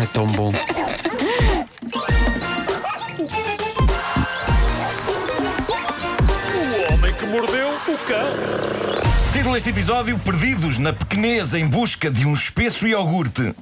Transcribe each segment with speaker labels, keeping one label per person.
Speaker 1: é tão bom.
Speaker 2: O homem que mordeu o cão.
Speaker 3: Título deste episódio: Perdidos na pequenez em busca de um espesso iogurte.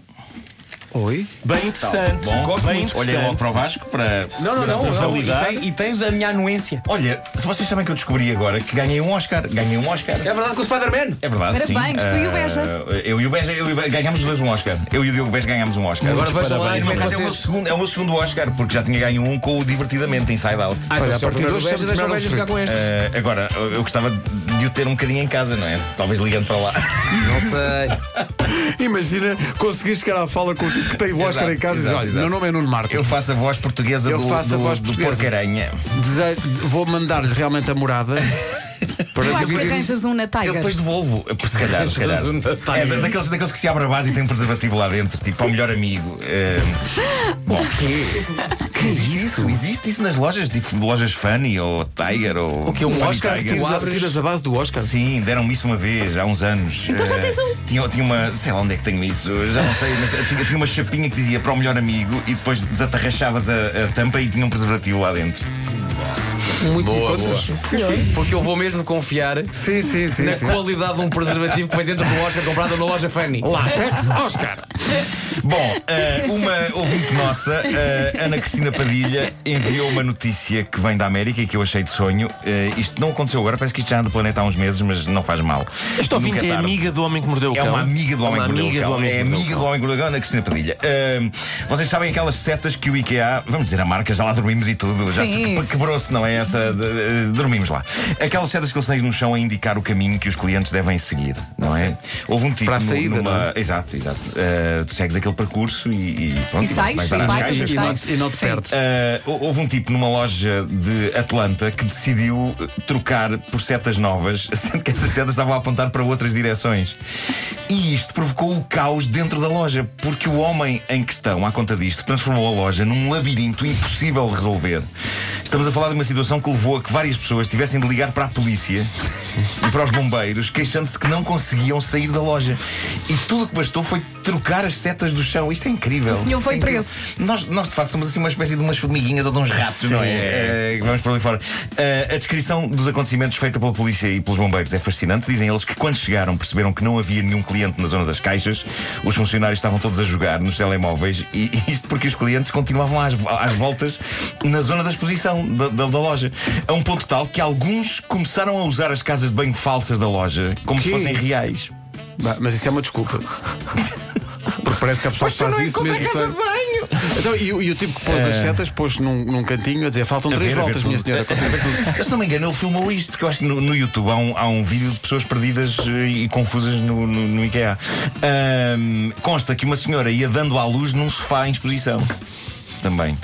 Speaker 1: Oi?
Speaker 2: Bem interessante.
Speaker 4: Bom, gosto
Speaker 2: bem
Speaker 4: muito. Olhei logo
Speaker 2: interessante.
Speaker 4: para o Vasco para.
Speaker 2: Não, não, não. não. E,
Speaker 4: Validar.
Speaker 2: tem- e tens a minha anuência.
Speaker 3: Olha, se vocês sabem que eu descobri agora que ganhei um Oscar. Ganhei um Oscar.
Speaker 2: É verdade com o Spider-Man.
Speaker 3: É verdade, sim.
Speaker 5: Parabéns, tu e o
Speaker 3: Ah,
Speaker 5: Beja.
Speaker 3: eu e o Beja, eu e o Beja ganhámos os dois um Oscar. Eu e o Diogo Beja ganhámos um Oscar.
Speaker 2: Agora
Speaker 3: Mas
Speaker 2: vejam lá
Speaker 1: parabéns,
Speaker 2: como é que
Speaker 3: é o, meu
Speaker 2: vocês.
Speaker 3: segundo, é o meu segundo Oscar, porque já tinha ganho um com o Divertidamente, Inside Out.
Speaker 2: Ah,
Speaker 1: Olha,
Speaker 2: então
Speaker 1: a
Speaker 2: se é o
Speaker 1: partir
Speaker 2: primeiro
Speaker 1: de hoje
Speaker 2: beijo,
Speaker 1: sempre
Speaker 2: deixa o
Speaker 1: tirar
Speaker 2: beijo
Speaker 1: um
Speaker 2: ficar com este.
Speaker 3: Ah, agora, eu gostava de o ter um bocadinho em casa, não é? Talvez ligando para lá.
Speaker 2: É, Não sei.
Speaker 1: Imagina conseguir chegar à fala com o tipo que tem o Oscar
Speaker 3: Exato,
Speaker 1: em casa e
Speaker 3: exato,
Speaker 1: diz: Olha,
Speaker 3: exato.
Speaker 1: meu nome é Nuno Marco.
Speaker 3: Eu faço a voz portuguesa
Speaker 1: Eu
Speaker 3: do,
Speaker 1: faço a
Speaker 3: do-
Speaker 1: voz
Speaker 3: do
Speaker 1: portuguesa.
Speaker 3: Porco-Aranha.
Speaker 1: Dese- Vou mandar-lhe realmente a morada para
Speaker 5: Eu acho que
Speaker 1: dividirmos.
Speaker 5: arranjas um na
Speaker 3: Eu
Speaker 5: Tiger.
Speaker 3: depois devolvo, se calhar, se calhar.
Speaker 2: Arranjas um Natal.
Speaker 3: É, da- daqueles, daqueles que se abre a base e tem um preservativo lá dentro, tipo ao melhor amigo. Ah, bom, que isso? Existe isso nas lojas, tipo lojas Funny ou Tiger ou.
Speaker 1: O que é um
Speaker 3: Funny
Speaker 1: Oscar?
Speaker 3: Tiger?
Speaker 1: Tu abres- tiras a base do Oscar.
Speaker 3: Sim, deram-me isso uma vez, há uns anos.
Speaker 5: Então já
Speaker 3: Eh,
Speaker 5: tens um.
Speaker 3: Tinha, tinha uma, sei lá onde é que tenho isso, já não sei, mas tinha, tinha uma chapinha que dizia para o melhor amigo e depois desatarrachavas a, a tampa e tinha um preservativo lá dentro.
Speaker 1: Muito
Speaker 2: Boa,
Speaker 1: encontros.
Speaker 2: boa. Porque eu vou mesmo confiar
Speaker 1: Sim, sim, sim.
Speaker 2: na
Speaker 1: sim.
Speaker 2: qualidade de um preservativo que vem dentro do Oscar comprado na loja Fanny.
Speaker 1: Látex Oscar.
Speaker 3: Bom, eh, uma ouvinte nossa, eh, Ana Cristina Padilha, enviou uma notícia que vem da América e que eu achei de sonho. Eh, isto não aconteceu agora, parece que isto já anda do planeta há uns meses, mas não faz mal.
Speaker 4: Esta ouvinte
Speaker 3: Nunca
Speaker 4: é
Speaker 3: tarde.
Speaker 4: amiga do homem que mordeu o
Speaker 3: É
Speaker 4: cão.
Speaker 3: uma amiga do homem
Speaker 4: É uma
Speaker 3: que mordeu o
Speaker 4: amiga do
Speaker 3: cão.
Speaker 4: homem
Speaker 3: É
Speaker 4: que mordeu o
Speaker 3: amiga do homem que mordeu o cão, Ana Cristina Padilha. Ahm, vocês sabem aquelas setas que o IKEA, vamos dizer a marca, já lá dormimos e tudo, já se
Speaker 5: Sim.
Speaker 3: que- quebrou-se, não é essa? de- de- dormimos lá. Aquelas setas que eles têm no chão a indicar o caminho que os clientes devem seguir, não é? Houve um tipo
Speaker 1: Para a
Speaker 3: nu-
Speaker 1: saída,
Speaker 3: numa-
Speaker 4: é?
Speaker 1: não
Speaker 3: Exato, exato. Ah, tu segues aquele percurso e, e pronto,
Speaker 5: E
Speaker 3: vais
Speaker 5: sais,
Speaker 3: parar
Speaker 5: e
Speaker 3: às
Speaker 5: vai,
Speaker 3: caixas,
Speaker 5: e
Speaker 3: claro.
Speaker 5: sai.
Speaker 1: E não te
Speaker 5: Sim.
Speaker 1: perdes.
Speaker 3: Ah, houve um tipo numa loja de Atlanta que decidiu trocar por setas novas, sendo que essas setas estavam a apontar para outras direções. E isto provocou o caos dentro da loja, porque o homem em questão, à conta disto, transformou a loja num labirinto impossível de resolver. Estamos a falar de uma situação que levou a que várias pessoas tivessem de ligar para a polícia e para os bombeiros, queixando-se que não conseguiam sair da loja. E tudo o que bastou foi trocar as setas do chão. Isto é incrível.
Speaker 5: O senhor foi
Speaker 3: Isto é incrível.
Speaker 5: preso.
Speaker 3: Nós, nós de facto somos assim uma espécie de umas formiguinhas ou de uns ratos, não é? É, que Vamos para ali fora. Ah, a descrição dos acontecimentos feita pela polícia e pelos bombeiros é fascinante. Dizem eles que quando chegaram perceberam que não havia nenhum cliente na zona das caixas, os funcionários estavam todos a jogar nos telemóveis e e isto porque os clientes continuavam às, às voltas na zona da exposição da, da- da loja. A um ponto tal que alguns começaram a usar as casas de banho falsas da loja como
Speaker 1: Que?
Speaker 3: se fossem reais.
Speaker 1: Bah, Mas isso é uma desculpa. Porque parece que a pessoa faz isso mesmo. sabe? Então, e, o- e o tipo que pôs as setas pôs-se num, num cantinho a dizer faltam
Speaker 3: É. A
Speaker 1: três
Speaker 3: ver, a ver
Speaker 1: voltas,
Speaker 3: tudo.
Speaker 1: minha senhora. Continua tudo."
Speaker 3: Eu, se não me engano, ele filmou isto, porque eu acho que no, no YouTube há um, há um vídeo de pessoas perdidas eh, e confusas no, no- no IKEA. Ahm, consta que uma senhora ia dando à luz num sofá em exposição. Também.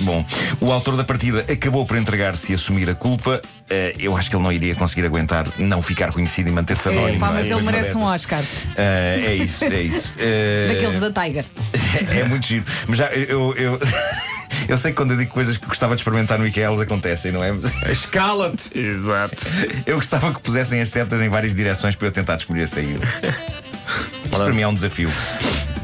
Speaker 3: Bom, o autor da partida acabou por entregar-se e assumir a culpa. Eh, eu acho que ele não iria conseguir aguentar não ficar conhecido e manter-se anónimo.
Speaker 5: Pá,
Speaker 3: não é?
Speaker 5: mas ele
Speaker 3: Coisa
Speaker 5: merece um
Speaker 3: destas.
Speaker 5: Oscar.
Speaker 3: Eh, é isso, é isso. Eh,
Speaker 5: Daqueles da Tiger.
Speaker 3: é muito giro. Mas já eu. eu... Eu sei que quando eu digo coisas que gostava de experimentar no IKEA, elas acontecem, não é? Mas
Speaker 2: Escala-te!
Speaker 4: Exato.
Speaker 3: eu gostava que pusessem as setas em várias direções para eu tentar descobrir a saída. Isto para mim é um desafio.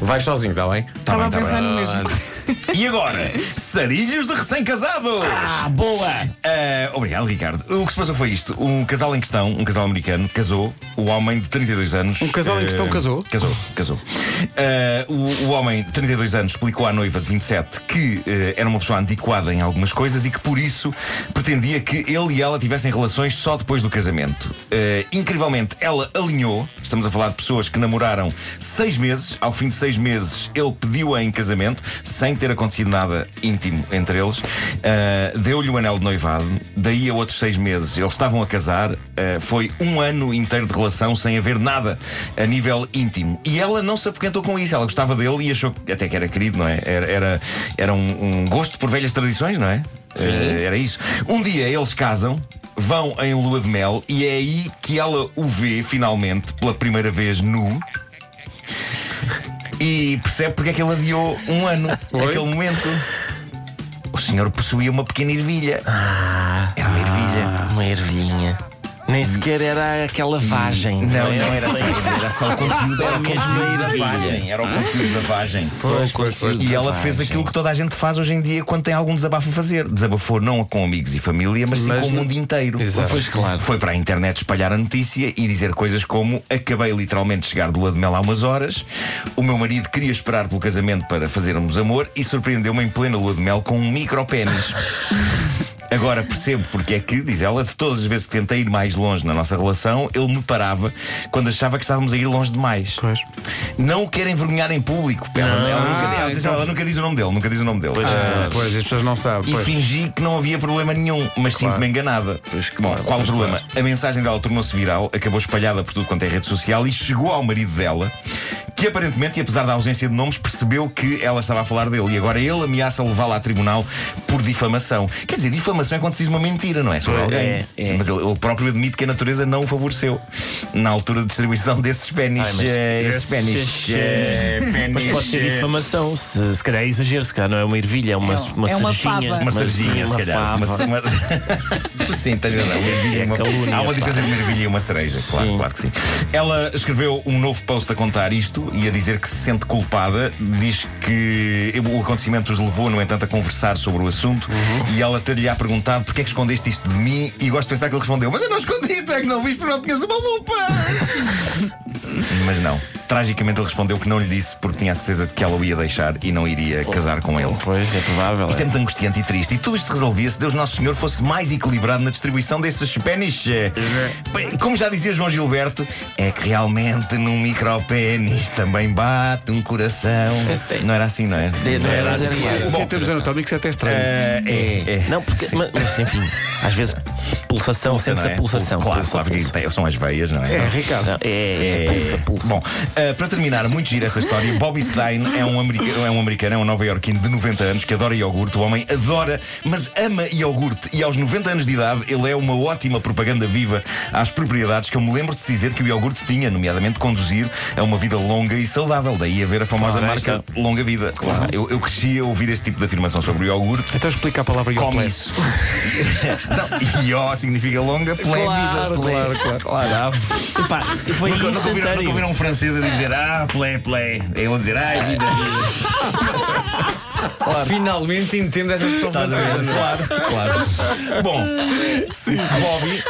Speaker 2: Vais sozinho, está bem?
Speaker 3: Tá bem,
Speaker 5: Estava a
Speaker 3: tá
Speaker 5: pensar no mesmo.
Speaker 3: bem. E agora, sarilhos de recém-casados!
Speaker 2: Ah, boa!
Speaker 3: Ah, obrigado, Ricardo. O que se passou foi isto: um casal em questão, um casal americano, casou. O homem de 32 anos.
Speaker 1: Um casal em
Speaker 3: eh,
Speaker 1: questão casou?
Speaker 3: Casou, casou. Ah, o, o homem de 32 anos explicou à noiva de 27 que eh, era uma pessoa antiquada em algumas coisas e que por isso pretendia que ele e ela tivessem relações só depois do casamento. Eh, incrivelmente, ela alinhou. Estamos a falar de pessoas que namoraram seis meses. Ao fim de seis meses, ele pediu-a em casamento, sem ter acontecido nada íntimo entre eles. Ah, Deu-lhe o anel de noivado. Daí a outros seis meses, eles estavam a casar. Ah, foi um ano inteiro de relação sem haver nada a nível íntimo. E ela não se apoquentou com isso. Ela gostava dele e achou que até que era querido, não é? Era, era, era um, um gosto por velhas tradições, não é? Eh, era isso. Um dia eles casam, vão em lua de mel e é aí que ela o vê finalmente pela primeira vez nu. E percebe porque é que ele adiou um ano naquele momento.
Speaker 4: Ah.
Speaker 3: O senhor possuía uma pequena ervilha. Era uma ervilha.
Speaker 4: Uma ervilhinha. Nem sequer era aquela vagem.
Speaker 3: Hum. Não,
Speaker 4: é?
Speaker 3: não era só, era só o conteúdo, era o conteúdo da vagem. Era o conteúdo da vagem.
Speaker 4: Só o conteúdo
Speaker 3: E
Speaker 4: da
Speaker 3: ela fez
Speaker 4: vagem.
Speaker 3: aquilo que toda a gente faz hoje em dia quando tem algum desabafo a fazer. Desabafou não com amigos e família, mas sim
Speaker 1: Mas
Speaker 3: com o
Speaker 1: no-
Speaker 3: mundo inteiro.
Speaker 1: Exato.
Speaker 4: Pois claro.
Speaker 3: Foi para a internet espalhar a notícia e dizer coisas como: Acabei literalmente de chegar do lado de mel há umas horas, o meu marido queria esperar pelo casamento para fazermos amor e surpreendeu-me em plena lua de mel com um micro pênis. Agora percebo porque é que, diz ela, de todas as vezes que tentei ir mais longe na nossa relação, ele me parava quando achava que estávamos a ir longe demais.
Speaker 1: Pois.
Speaker 3: Não o quer envergonhar em público. Ela, ela nunca, ela diz- ela nunca diz o nome dele, nunca diz o nome dele. Ah,
Speaker 1: Ah, pois, as pessoas não sabem.
Speaker 3: e
Speaker 1: pois.
Speaker 3: fingi que não havia problema nenhum, mas sinto-me enganada. Bom, qual o problema? A mensagem dela tornou-se viral, acabou espalhada por tudo quanto é rede social e chegou ao marido dela, que aparentemente, e apesar da ausência de nomes, percebeu que ela estava a falar dele e agora ele ameaça levá-la a tribunal por difamação. Quer dizer, difamação é quando se diz uma mentira, não é? Sobre alguém. Mas ele, ele próprio admite que a natureza não o favoreceu na altura de distribuição desses pênis.
Speaker 4: Ai, mas
Speaker 3: eh, esses pênis. eh,
Speaker 4: Mas
Speaker 3: pênis,
Speaker 4: pode ser
Speaker 3: eh,
Speaker 4: difamação, se, se calhar é exagero, se calhar não é uma ervilha, é uma,
Speaker 5: É,
Speaker 4: uma
Speaker 5: é uma
Speaker 4: sardinha.
Speaker 5: fava.
Speaker 3: Uma sardinha, se
Speaker 4: uma
Speaker 3: calhar. Uma,
Speaker 4: fava.
Speaker 3: uma- Sim, tens razão. Uma ervilha
Speaker 4: É
Speaker 3: e uma-
Speaker 4: calúnia,
Speaker 3: Há uma
Speaker 4: pá.
Speaker 3: diferença entre uma ervilha e uma cereja, claro, claro que sim. Ela escreveu um novo post a contar isto e a dizer que se sente culpada. Diz que o acontecimento os levou, no entanto, a conversar sobre o assunto e ela ter-lhe-á perguntado porque é que escondeste isto de mim e gosto de pensar que ele respondeu: Mas eu não escondi, tu é que não viste porque não tinhas uma lupa. Mas não. Tragicamente ele respondeu que não lhe disse porque tinha a certeza de que ela o ia deixar e não iria casar com ele.
Speaker 4: Pois, é provável.
Speaker 3: Isto
Speaker 4: é.
Speaker 3: é muito angustiante e triste. E tudo isto resolvia se Deus Nosso Senhor fosse mais equilibrado na distribuição desses pênis. eh. Bem, Como já dizia João Gilberto, é que realmente num micropénis também bate um coração. Não era assim, não é?
Speaker 4: não era assim,
Speaker 3: Bom,
Speaker 1: Isso em termos anatómicos é até estranho.
Speaker 3: eh, é, é.
Speaker 4: Não, porque,
Speaker 3: Sim.
Speaker 4: mas, mas, enfim, às vezes pulsação,
Speaker 3: Pulsa,
Speaker 4: sente-se
Speaker 3: não
Speaker 4: a
Speaker 3: é?
Speaker 4: pulsação.
Speaker 3: Claro,
Speaker 4: pulsa,
Speaker 3: claro,
Speaker 4: pulsa.
Speaker 3: porque tem- são as veias, não
Speaker 1: É, Ricardo.
Speaker 4: Não, É, é, pulsa, pulsa.
Speaker 3: Bom, ah, para terminar, muito gira esta história. Bobby Stein é um, america- é um americano, é um nova-iorquino de 90 anos que adora iogurte. O homem adora, mas ama iogurte. E aos 90 anos de idade, ele é uma ótima propaganda viva às propriedades que eu me lembro de se dizer que o iogurte tinha, nomeadamente conduzir a uma vida longa e saudável. Daí haver a famosa
Speaker 4: Ora,
Speaker 3: marca Longa Vida. Eu, eu cresci a ouvir este tipo de afirmação sobre o iogurte.
Speaker 1: Então explica a palavra
Speaker 3: Come
Speaker 1: Yoplait.
Speaker 3: isso. Não, Ió significa longa, plé, vida. plé.
Speaker 1: claro, claro.
Speaker 4: Bravo. Epá, e foi
Speaker 3: Nunca, nunca, ouviram, nunca
Speaker 4: instantâneo.
Speaker 3: ouviram um francês a dizer Ah, play, play Ele a dizer, ai, vida, vida
Speaker 2: Finalmente entendo essa expressão
Speaker 3: Estás a ver?
Speaker 2: francesa.
Speaker 3: Claro, claro Bom, Bobby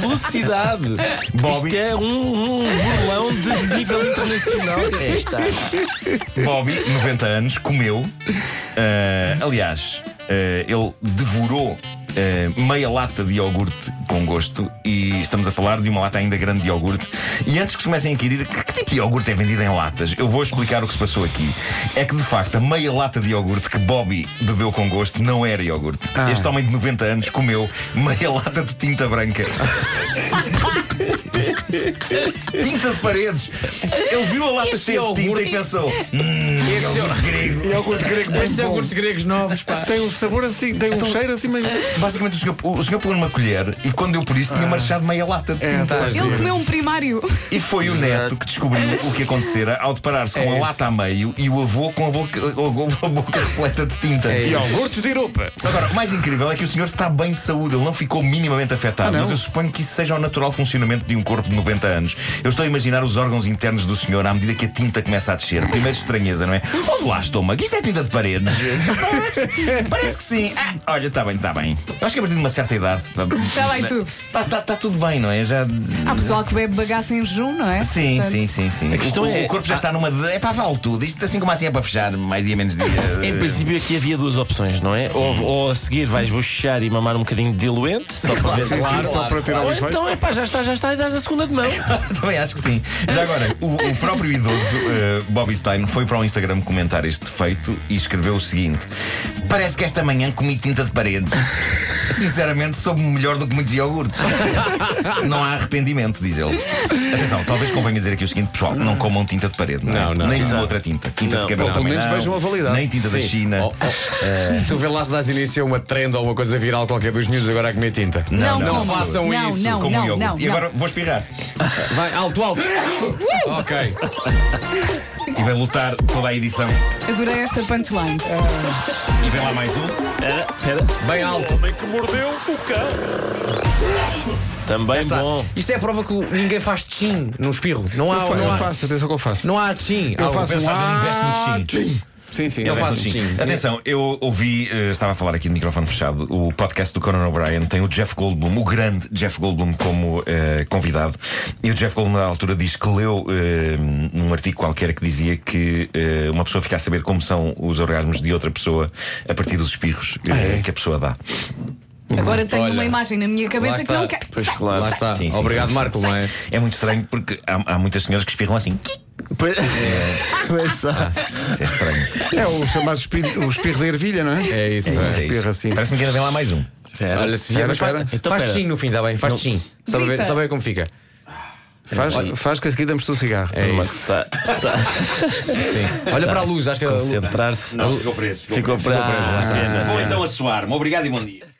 Speaker 4: Velocidade.
Speaker 3: Bobby.
Speaker 4: Isto é um, um burlão de nível internacional. É. Está.
Speaker 3: Bobby, 90 anos, comeu. Ah, aliás, ah, ele devorou ah, meia lata de iogurte com gosto. E estamos a falar de uma lata ainda grande de iogurte. E antes que se comecem a inquirir que, que tipo de iogurte é vendido em latas, eu vou explicar o que se passou aqui. É que de facto a meia lata de iogurte que Bobby bebeu com gosto não era iogurte. Este homem de 90 anos comeu meia lata de tinta branca. tinta de paredes. Ele viu a lata cheia de tinta e pensou: Hum, iogurte grego.
Speaker 1: Iogurte grego bem
Speaker 2: Estes são curtos gregos novos, pá.
Speaker 1: Tem um sabor assim, tem um
Speaker 3: Então-
Speaker 1: cheiro assim, mas.
Speaker 3: É Basicamente, o senhor, o senhor pegou numa colher e quando eu por isso tinha marchado meia lata de
Speaker 1: Ah. É,
Speaker 3: tinta.
Speaker 1: tá,
Speaker 5: Ele comeu um primário.
Speaker 3: E foi o neto que descobriu o que acontecera ao deparar-se
Speaker 1: É
Speaker 3: com a lata a meio e o avô com a boca, a boca repleta de tinta.
Speaker 2: É isso.
Speaker 1: Iogurtes de Irupa.
Speaker 3: Agora, o mais incrível é que o senhor está bem de saúde, ele não ficou minimamente afetado,
Speaker 1: Ah, não?
Speaker 3: mas eu suponho que isso seja o natural funcionamento de um corpo de 90 anos. Eu estou a imaginar os órgãos internos do senhor à medida que a tinta começa a descer. Primeiro estranheza, não é? Ouve lá, estômago, isto é tinta de parede. Parece- Parece que sim. Ah, olha, está bem, está bem. Eu Acho que a partir de uma certa idade. Está
Speaker 5: Tá bem tudo.
Speaker 3: Está tudo bem, não é? Já.
Speaker 5: Há pessoal que bebe bagaço em jejum, não é?
Speaker 3: Sim,
Speaker 5: Portanto,
Speaker 3: sim, sim, sim.
Speaker 4: A questão
Speaker 3: o,
Speaker 4: é-
Speaker 3: o corpo já está numa. de- É pá, vale tudo. Isto assim como assim é para fechar, mais dia, menos dia.
Speaker 4: Em princípio aqui havia duas opções, não é? Ou, ou a seguir vais bochechar e mamar um bocadinho de diluente,
Speaker 3: Tá
Speaker 4: é, só para ver se-
Speaker 1: Claro, só para tirar o
Speaker 4: Ou
Speaker 1: efeito.
Speaker 4: então, é pá, já está, já está, e dás a segunda de mão.
Speaker 3: Também acho que sim. Já agora, o, o próprio idoso eh, Bobby Stein foi para o Instagram comentar este feito e escreveu o seguinte: Parece que esta manhã comi tinta de parede. Sinceramente, soube-me melhor do que muitos iogurtes. Não há arrependimento, diz ele. Atenção, talvez convenha dizer aqui o seguinte, pessoal: não comam tinta de parede, não, é?
Speaker 2: Não, não,
Speaker 3: nem
Speaker 2: não.
Speaker 3: nenhuma outra tinta. Tinta
Speaker 4: Não,
Speaker 3: de cabelo,
Speaker 1: ou pelo
Speaker 3: também
Speaker 1: menos
Speaker 3: não.
Speaker 1: vejam a validade.
Speaker 3: Nem tinta da
Speaker 4: Sim.
Speaker 3: China.
Speaker 2: Oh, oh, Tu vê lá se dás início a uma trend ou uma coisa viral qualquer dos miúdos agora a comer tinta.
Speaker 5: Não,
Speaker 3: não,
Speaker 5: comam.
Speaker 2: façam
Speaker 5: não,
Speaker 2: isso,
Speaker 5: Não,
Speaker 3: Como
Speaker 5: não,
Speaker 3: iogurte.
Speaker 5: não,
Speaker 3: e agora vou espirrar.
Speaker 2: Vai, alto, alto. ok.
Speaker 3: E vai lutar toda a edição.
Speaker 5: não. Adorei esta punchline.
Speaker 3: E vem lá mais um.
Speaker 4: Espera, espera.
Speaker 2: Bem alto.
Speaker 4: Homem que mordeu o cão. Também
Speaker 2: Está.
Speaker 4: bom.
Speaker 2: Isto é a prova que o- ninguém faz chin no espirro. Não há,
Speaker 1: eu, fa-
Speaker 2: não
Speaker 1: eu
Speaker 2: há,
Speaker 1: faço, atenção que eu faço.
Speaker 2: Não há chin.
Speaker 1: eu
Speaker 2: Ah,
Speaker 1: faço
Speaker 3: Pedro Fazenda investe no chin.
Speaker 1: chin. Sim, sim.
Speaker 2: Eu
Speaker 1: sim.
Speaker 2: faço
Speaker 3: Então Sim.
Speaker 2: chin.
Speaker 3: Atenção, eu ouvi, eh, estava a falar aqui de microfone fechado, o podcast do Conan O'Brien tem o Jeff Goldblum, o grande Jeff Goldblum, como eh, convidado. E o Jeff Goldblum, na altura, diz que leu eh, num artigo qualquer que dizia que eh, uma pessoa fica a saber como são os orgasmos de outra pessoa a partir dos espirros eh, que a pessoa dá.
Speaker 5: Agora tenho
Speaker 2: Olha,
Speaker 5: uma imagem na minha
Speaker 2: lá
Speaker 5: cabeça que
Speaker 2: está.
Speaker 5: não quero.
Speaker 4: Pois claro.
Speaker 2: Lá está.
Speaker 3: Sim, sim,
Speaker 2: Obrigado,
Speaker 3: sim, sim.
Speaker 2: Marco, não é?
Speaker 3: É muito estranho porque há, há muitas senhoras que espirram assim.
Speaker 4: Pois- Pois é.
Speaker 3: Isso é estranho.
Speaker 1: É o chamado espirro, o espirro da ervilha, não é?
Speaker 2: É isso.
Speaker 3: Mas
Speaker 2: é.
Speaker 3: é isso.
Speaker 1: Espirra assim.
Speaker 3: Parece-me que ainda vem lá mais um.
Speaker 2: Olha, se vier,
Speaker 1: Espera,
Speaker 2: mas faz,
Speaker 1: espera.
Speaker 4: Então,
Speaker 2: faz
Speaker 4: espera.
Speaker 2: chin no fim, está bem? Faz chin. Só para ver,
Speaker 5: Grita.
Speaker 2: só para ver como fica.
Speaker 1: Faz, faz que a seguir damos-te um cigarro.
Speaker 2: É
Speaker 4: Mas
Speaker 2: isso.
Speaker 4: está, está
Speaker 2: Olha para a luz, acho que a,
Speaker 4: a centrar-se.
Speaker 3: ficou preso.
Speaker 4: Ficou ah, para
Speaker 3: Ah. Vou então a suar-me. Obrigado e bom dia.